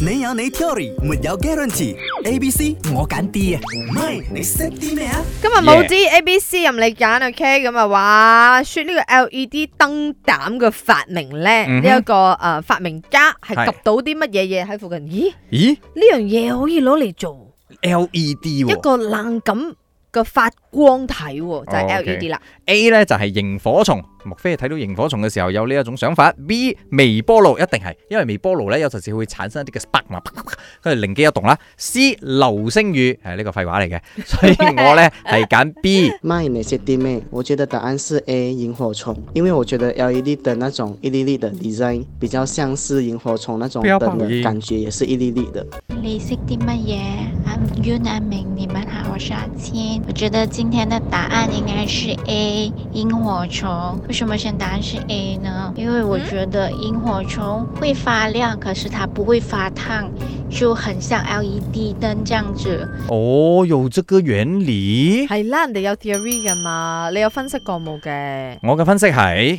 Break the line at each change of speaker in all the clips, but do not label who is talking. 你有你 theory，沒有 guarantee。A、B、C 我揀 D 啊，唔係你識啲咩啊？
今日冇知 A、B、C 任你揀，OK？咁啊，話說呢個 LED 燈膽嘅發明咧，
嗯
呢
哼
一個誒發明家係
係
及到啲乜嘢嘢喺附近？咦，
咦
呢樣嘢可以攞嚟做
？LED
一
喎、
個冷感嘅發光體喎，就
哦
係
，OK
LED 啦。
A 呢就係螢火蟲，莫非係睇到螢火蟲嘅時候有呢一種想法？B 微波爐一定係，因為微波爐呢有陣時會產生一啲嘅 spark 嘛，跟住靈機一動啦。C 流星雨係呢個廢話嚟嘅， 所以我呢係揀 B。
My 那些弟妹，我觉得答案是 A 萤火虫，因为我觉得 LED 的那种一粒粒的 design 比较像是萤火虫那种
不要
灯
跑音
的感觉，也是一粒粒的。
你识啲乜嘢？阿 Yun、阿啊明，你们好，我是阿千。我觉得今天的答案应该是 A，萤火虫。为什么选答案是 A 呢？因为我觉得萤火虫会发亮，可是它不会发烫，就很像 LED 灯这样子。
哦，有這個原理。
係啦，人哋有 theory 噶嘛，你有分析過冇嘅？
我嘅分析係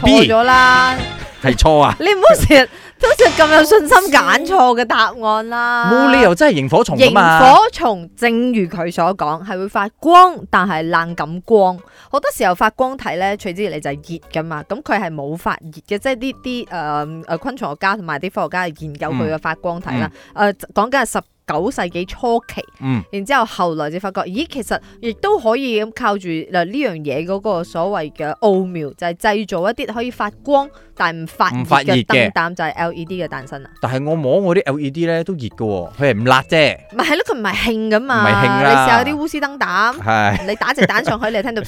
錯咗啦，
係錯啊，
你唔好成日都成日咁有信心揀錯嘅答案啦。
冇理由真係螢火蟲噶
螢
嘛。
火蟲正如佢所講，係會發光，但係冷感光。好多時候發光體咧，隨之而嚟就係熱噶嘛。咁佢係冇發熱嘅，即係呢啲誒誒昆蟲學家同埋啲科學家係研究佢嘅發光體啦。誒講緊係十九世紀初期，
嗯，
然之後後來就發覺，咦，其實亦都可以咁靠住嗱呢樣嘢嗰個所謂嘅奧妙，就係、製造一啲可以發光但係唔發熱
唔發熱
嘅燈
嘅
膽，就係 LED 嘅誕生啦。
但係我摸我啲 E LED 呢都熱嘅喎，佢係唔辣啫。
唔係係咯，佢唔係興噶嘛。
唔係興啦
你試下啲烏絲燈膽，
係。
你打隻蛋上去，你聽到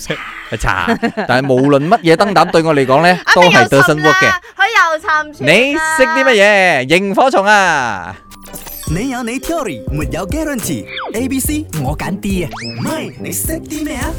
查，但係無論乜嘢燈膽對我嚟講呢，
啊
都係對身 work 嘅。，
佢又啊沉船啦
你識啲乜？嘢？螢火蟲啊！
你有你 theory，沒有 guarantee。A、B、C 我揀 D 啊，唔係你識啲咩啊？